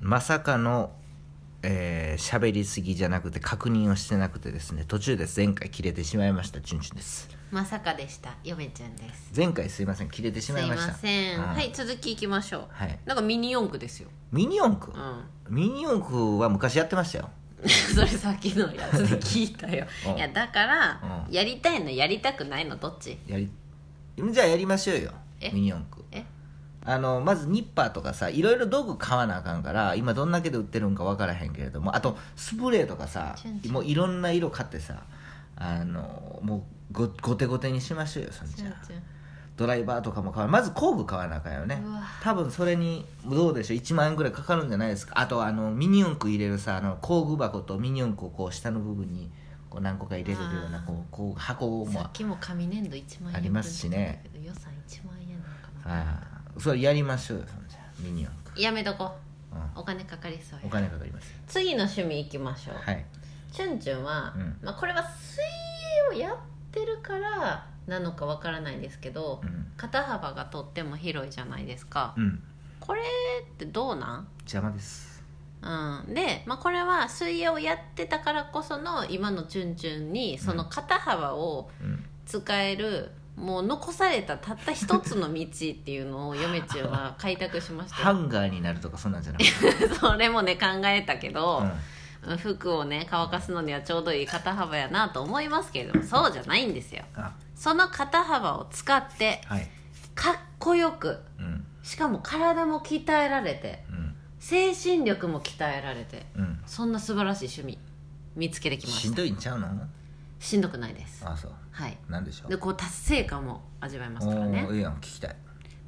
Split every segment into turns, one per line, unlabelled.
まさかのえー、喋りすぎじゃなくて確認をしてなくてですね途中で前回切れてしまいましたチュンチュンです
まさかでした嫁ちゃんです
前回すいません切れてし
す
まい
い
ました
ません、
うん
はい続きいきましょう、
はい
なんかミニ四駆ですよ
ミニ四駆
う、ん
ミニ四駆は昔やってましたよ
それさっきのやつで聞いたよ
うん
いやだから、
うん
やりたいのやりたくないのどっち
やりじゃあやりましょうよ
え
ミニ四駆
え
あのまずニッパーとかさいろいろ道具買わなあかんから今どんだけで売ってるんか分からへんけれどもあとスプレーとかさ
チュンチュン
もういろんな色買ってさあのもうごごてごてにしましょうよそんじゃドライバーとかも買わまず工具買わなあかんよね
うわ
多分それにどうでしょう1万円ぐらいかかるんじゃないですかあとあのミニ四駆入れるさあの工具箱とミニ四駆をこう下の部分にこう何個か入れれるような
あー
こうこう箱も
さっきも紙粘土1万円
ありますしね
分予算1万円なのかな
ああそれやりましょうよそんじゃミニ四駆、
やめとこ
うん
うお金かかりそう
お
や
金かかりますよ
次の趣味いきましょう、
はい
チュンチュンは、
うん
まあ、これは水泳をやってるからなのかわからないんですけど、
うん、
肩幅がとっても広いじゃないですか、
うん、
これってどうな
邪魔です
ん、うん、で、まあ、これは水泳をやってたからこその今のチュンチュンにその肩幅を
うん
使える、もう残されたたった一つの道っていうのを嫁チュン は開拓しました
ハ
よ
ンガーになるとかそんなんじゃなくて、
それもね考えたけど、
うん
うん服をね乾かすのにはちょうどいい肩幅やなと思いますけれどもそうじゃないんですよ
あ
その肩幅を使って
はい
かっこよく
うん
しかも体も鍛えられて
うん
精神力も鍛えられて
うん
そんな素晴らしい趣味見つけてきま
し
し
ん
た
どいんちゃうの
しんどくないです
あそう
はい
なんでしょ
で
う
こう達成感も味わえますからね
おーいいやん聞きたい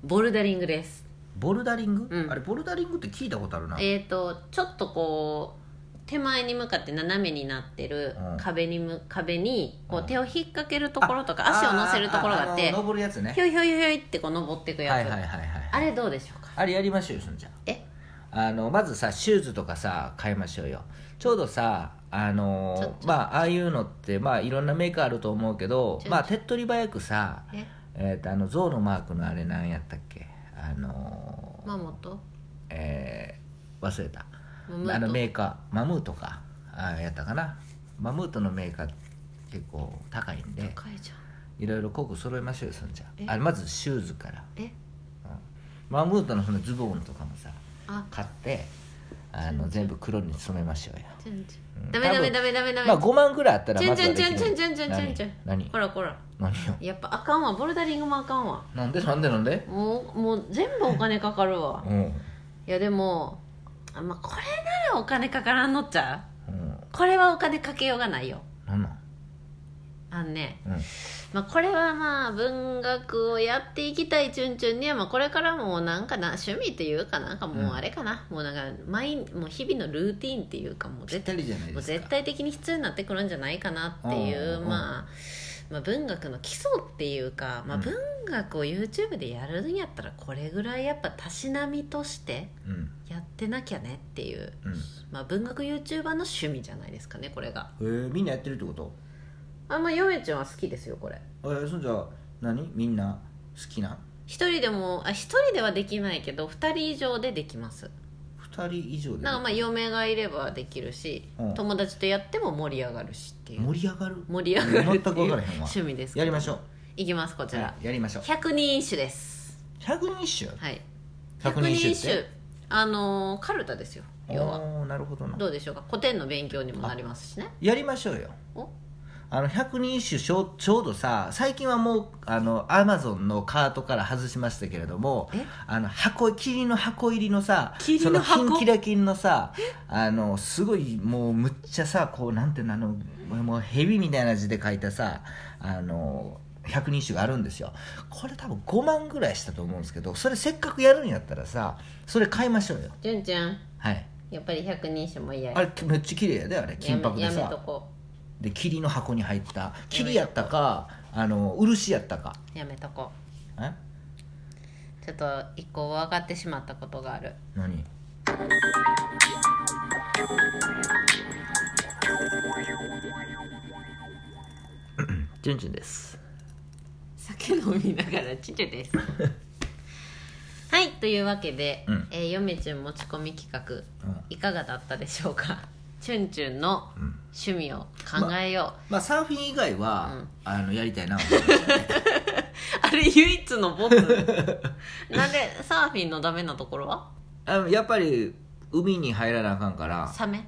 ボルダリングです
ボルダリング、
うん
あれボルダリングって聞いたことあるな
えっ、とちょっとこう手前に向かって斜めになってる
うん
壁にむ壁にこ
う
うん手を引っ掛けるところとか足を乗せるところがあっ
ああ
て
の登るやつね
ひょいひょいひょいひょいってこう登っていくやつ、
はいはいはいはい
あれどうでしょうか
あれやりましょうよそんじゃ
え
あのまずさシューズとかさ買いましょうよちょうどさあ
ちょ
の
ちょ
まあああいうのってまあいろんなメーカーあると思うけど
ちょ
まあ手っ取り早くさ
え
えー、とあの象のマークのあれなんやったっけあのー
マモと
えー忘れた
マム
あのメ
ー
ーカーマムートかあーやったかなマムートのメーカー結構高いんで
ト高いじゃん
いろいろ工具揃えましょうよそんじゃ
え
あれまずシューズから
え
マムートのそのズボンとかもさ
あ
買ってあの全部黒に染めましょうよ
チュンチュ
うん
ンダメダ
多
メ
分
ダメダメダメ
まあ5万ぐらいあったら
チュ
ま
ン
ず
チュ
は
ンチ
でき
ュン
る
チュンチュンチュンチュンチュン
何
こらこら
何よ
やっぱあかんわボルダリングもあかんわ
なんでなんでなんで
もうもう全部お金かかるわ
うん、うん、
いやでもあまあこれならお金かからんのっちゃうこれはお金かけようがないよ
なんなん
あんね、
うん
まあ、これはまあ文学をやっていきたいチュンチュンにはまあこれからもなんかな趣味というかなんかもうあれかな、もうなんか毎もう日々のルーティンっていうかもう
ぴっ
絶
た
対
りじゃない
も
で
う
すか
絶対的に必要になってくるんじゃないかなってい
う
う、
ん
まあ、まあ文学の基礎っていうか、まあ、
うん
文学を YouTube でやるんやったらこれぐらいやっぱたしなみとして
うん
やってなきゃねっていう、
うんへ
まあ、文学 YouTuber の趣味じゃないですかねこれが
えみんなやってるってこと
あんまヨメちゃんは好きですよこれ
えー、そんじゃ何みんな好きな
一人でもあ一人ではできないけど二人以上でできます
2人以上で
なんかまあ嫁がいればできるし、
うん
友達とやっても盛り上がるしっていう
盛り上がる
盛り上がるって
全く
い
分
う
からへんわ
趣味です
やりましょう
いきますこちら
はいやりましょう
百人一首です
100人一首
はい
百人一首って
あのー、カルタですよ要は
おーなるほどな
どうでしょうか古典の勉強にもなりますしね
やりましょうよ
お
あの百人一首ちょちょうどさ最近はもうあのアマゾンのカートから外しましたけれども
え
あの箱霧の箱入りのさ
霧の
そ
箱
のキンキラキンのさあのすごいもうむっちゃさこうなんていうのあのもう蛇みたいな字で書いたさあの百人一首があるんですよこれ多分5万ぐらいしたと思うんですけどそれせっかくやるんやったらさそれ買いましょうよ
じゅんちゃん
はい
やっぱり百人一首も嫌や
あれめっちゃ綺麗やであれ金箔で
や
さ
めやめとこ
で霧の箱に入った霧やったかあの漆やったか
うやめとこ
え
うちょっと一個分かってしまったことがある
何じゅんじゅんです
酒飲みながらチュチュですははいというわけで、
うん
えー嫁ちゅん持ち込み企画
うん
いかがだったでしょう かチュンチュンの趣味を考えよ
まあサーフィン以外は、
うん
あのやりたいな思いましたね
う、あれ唯一の 僕なんでサーフィンのダメなところは
あのやっぱり海に入らなあかんから
サメ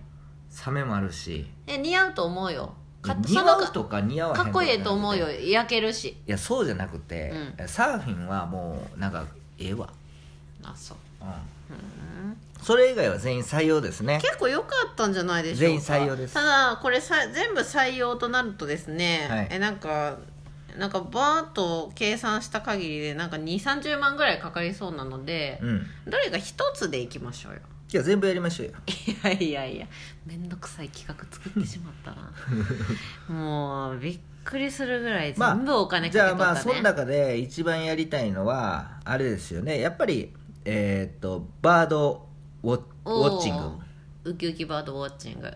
サメもあるし
え似合うと思うよか
似合うとか似合わへん
そのかかっこいいと思うよ
い
焼けるし
やそうじゃなくて、サーフィンはもうなんかええわ、
あそう
うん
うん
それ以外は全員採用ですね
結構良かったんじゃないでしょうか
全員採用です
ただこれさ全部採用となるとですね、
はい
えなんかなんかバーッと計算した限りでなんか2 3 0万ぐらいかかりそうなので、
うん
どれか一つでいきましょうよ
いや全部やりましょうよ
いやいやいやめんどくさい企画作ってしまっ たなもうびっくりするぐらい
まあ
全部お金か
じ
けと
ゃあ
ったね、
まあその中で一番やりたいのはあれですよねやっぱりえーっとバードウォッウ
おー
ォッチング
ウキウキバードウォッチング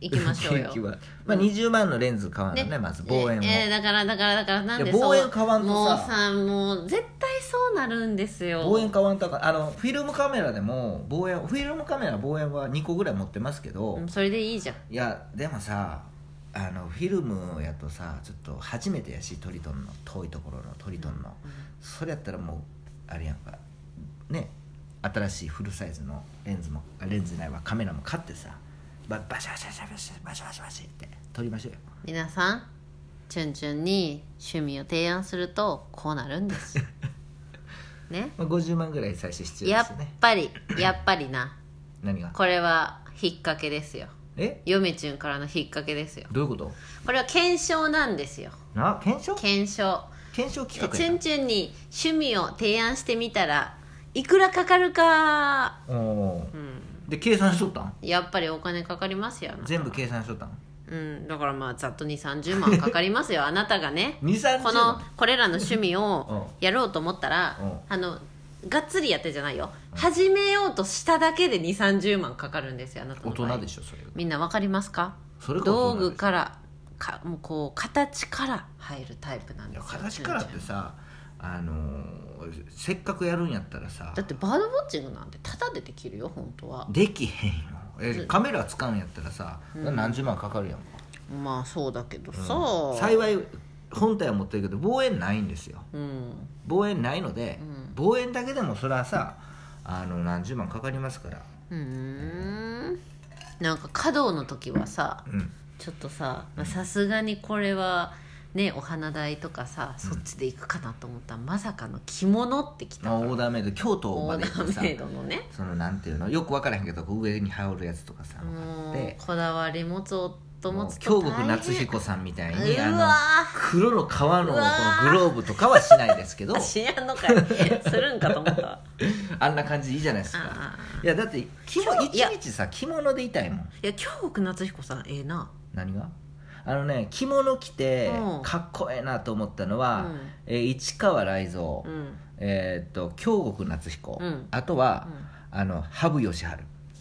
行きまし ょうよ
研究はまあ、20万のレンズ買わなねねまず望遠を、
ええだからだからだからなん
い
で
や望遠
そう
買わんと
もう
さ
さもう絶対そうなるんですよ
望遠買わんとあかんあのフィルムカメラでも望遠フィルムカメラ望遠は2個ぐらい持ってますけど、
うんそれでいいじゃん
いやでもさあのフィルムやとさちょっと初めてやしトリトンの遠いところのトリトンの、それやったらもうあれやんかね新しいフルサイズのレンズもレンズないわカメラも買ってさババシャバシャバシャバシャバシャバシャバシャって撮りましょうよ
皆さんチュンチュンに趣味を提案するとこうなるんです ね
まあ、50万ぐらい最初必要で
やっ
すね
ぱりやっぱりな
何が
これは引っ掛けですよ
え
嫁チュンからの引っ掛けですよ
どういうこと
これは検証なんですよ
な検証
検証
検証
チ
企画
ュ
や
ンチュンに趣味を提案してみたらいくらかかるか
なおー
うん
で計算しとったん
やっぱりお金かかりますよ
全部計算しとったん
うん、だからまあざっと2 3 0万かかり ますよあなたがね
2 3 0
このこれらの趣味を
う
やろうと思ったら、
うん
あのがっつりやってじゃないよ、始めようとしただけで2 3 0万かかるんですよあなた
大
の場合
人でしょそれ
みんなわかりますか
それこそ
道
そうなんですよ
具からかもうこう形から入るタイプなん
い
で
や
すよ
形からってさあのーせっかくやるんやったらさ
だってバードウォッチングなんてタダでできるよ本当は
できへんよえカメラ使うんやったらさ、何十万かかるやんか、
まあそうだけどさ、
幸い本体は持ってるけど望遠ないんですよ
うん
望遠ないので、望遠だけでもそれはさあの何十万かかりますから
うーんなんか華道の時はさ
うん
ちょっとさまあさすがにこれはねお花代とかさそっちで行くかなと思ったら、まさかの着物ってきた
まあ、
から
オーダーメイド京都ま
オ
で行って
ーダ
さ
ーメイドのね
そのなんていうのよく分からへんけどこう上に羽織るやつとかさ
も
買って
うこだわり持つ夫持
もう
つ
京
と大変
極夏彦さんみたいにあ
う
の
わ
黒の革のこ
うわ
のグローブとかはしないですけど
ー知らん のかいするんかと思ったわ
あんな感じでいいじゃないです
あ
か
ああ
いやだって着物一
いや
日さ着物でいたいもん
いや京極夏彦さんええな
何があのね着物着て
うん
かっこええなと思ったのは、
うん
えー市川雷蔵、
うん
えーっと京極夏彦、
うん
あとは
う、ん
あの羽生善治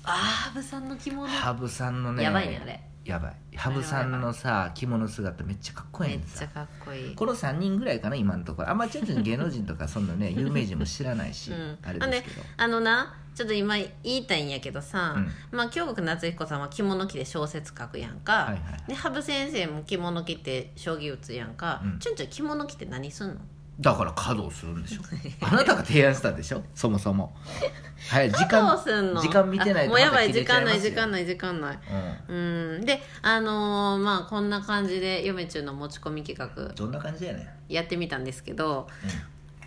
あー羽生さんの着物
羽生さんのね
やばいねあれ
やばい羽生さんのさ着物姿めっちゃかっこええ
めっ
ねん
ちゃ
さ
かっこいい
この3人ぐらいかな今のところあんまちょっと芸能人とかそんなね有名人も知らないし、
うん
あれですけど
あのなちょっと今言いたいんやけどさ、
うん
まあ京極夏彦さんは着物着で小説書くやんか、
はいはい
で羽生先生も着物着て将棋打つやんか、
うん
ちゅんちゅん着物着て何すんの
だから稼働するんでしょあなたが提案したんでしょそもそもはい時
ど
間
うすんの
時間見てない
あ
と
もうやばい
また切
時
れちゃ
間ない
ますよ
時間ない時間ない
うん
うんであのーまあこんな感じで嫁ちゅんの持ち込み企画
どんな感じやねん
やってみたんですけど、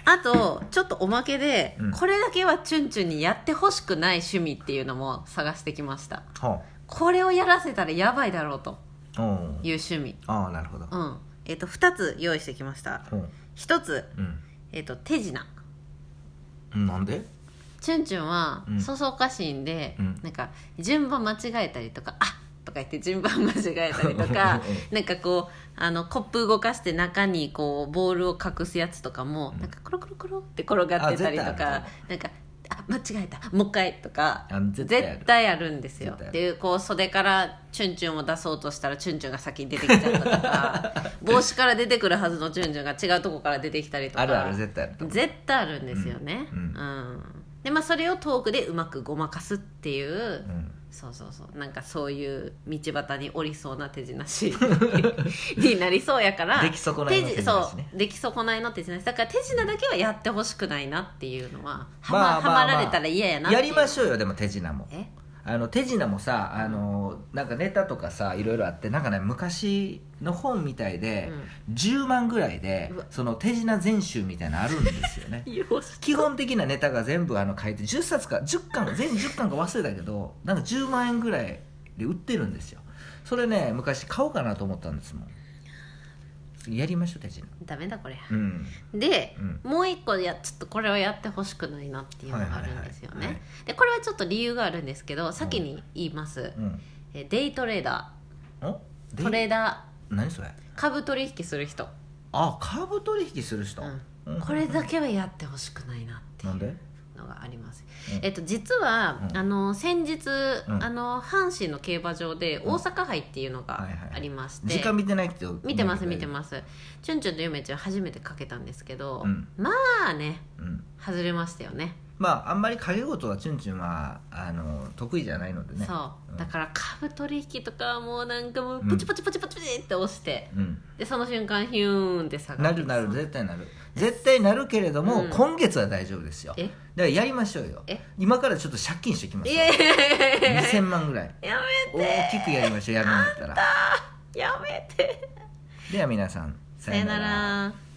あとちょっとおまけで、
うん
これだけはチュンチュンにやってほしくない趣味っていうのも探してきました
は
これをやらせたらやばいだろうと
あうん
いう趣味
ああなるほど
うんえっ、と2つ用意してきました
うん
1つ、
うん
えっと手品
うんなんで
チュンチュンは
うん
そそおかしいんで、
うん
なんか順番間違えたりとか「あとか言って順番間違えたりとか なんかこうあのコップ動かして中にこうボールを隠すやつとかも、なんかコロコロコロって転がってたりと
あ絶対あ
か
る
なんか「あ間違えたもう一回」とか
あ絶対ある
絶対あるんですよ
絶対ある
っていうこう袖からチュンチュンを出そうとしたらチュンチュンが先に出てきちゃったと か帽子から出てくるはずのチュンチュンが違うとこから出てきたりとか
あるある絶対ある
絶対あるんですよね、
う
うんん
うん
でまあそれをトークでうまくごまかすっていう、
うん
そうそうそうなんかそういう道端におりそうな手品師 になりそうやから
出来損ないの手品師ね
そう出来損ないの手品師だから手品だけはやってほしくないなっていうのははま,、
まあまあまあ
はまられたら嫌やなって
やりま
ょ
しょうよでも手品も
え
あの手品もさあのなんかネタとかさいろいろあってなんかね昔の本みたいで、10万ぐらいで
うわ
その手品全集みたいなのあるんですよ ね
よし
基本的なネタが全部あの書いて10冊か10巻か全10巻か忘れたけどなんか10万円ぐらいで売ってるんですよそれね昔買おうかなと思ったんですもんやりましょう手品
ダメだこれ
うん
で、
う
もう一個やちょっとこれはやってほしくないなっていうのがあるんですよね、
はいはいはいはい
でこれはちょっと理由があるんですけど先に言います、
うん
えデイトレーダ
お
ートレーダ
で何それ
ー株取引する人、
あ株取引する人、
う
うん
ん、これだけはやってほしくないなってい
な
うん
で
のがあります、
うん
えっと、実は、
うん
あの先日、
うん
あの阪神の競馬場で
うん
大阪杯っていうのが
はいはいはい
ありまして、
時間見てないけど
見てます見て
す
ますチュンチュンとゆめちゃん初めてかけたんですけど、
うん
まあね
うん
外れましたよね
まああんまり陰事はチュンチュンはあの得意じゃないのでね
そううんだから株取引とかはもうなんかもう
うん
ポチポチポチポチポチって押して、
うん
でその瞬間ヒューンって下が
な
って
る
き
な
そう
る絶対なる絶対なるけれども、
うん
今月は大丈夫ですよだ
え
からやりましょうよ
え
今からちょっと借金してきま
い
すよ
やいやいやいやい
2000万ぐらい
やや
大きくやりましょうやるんだったら
めやめて
では皆さん
さよなら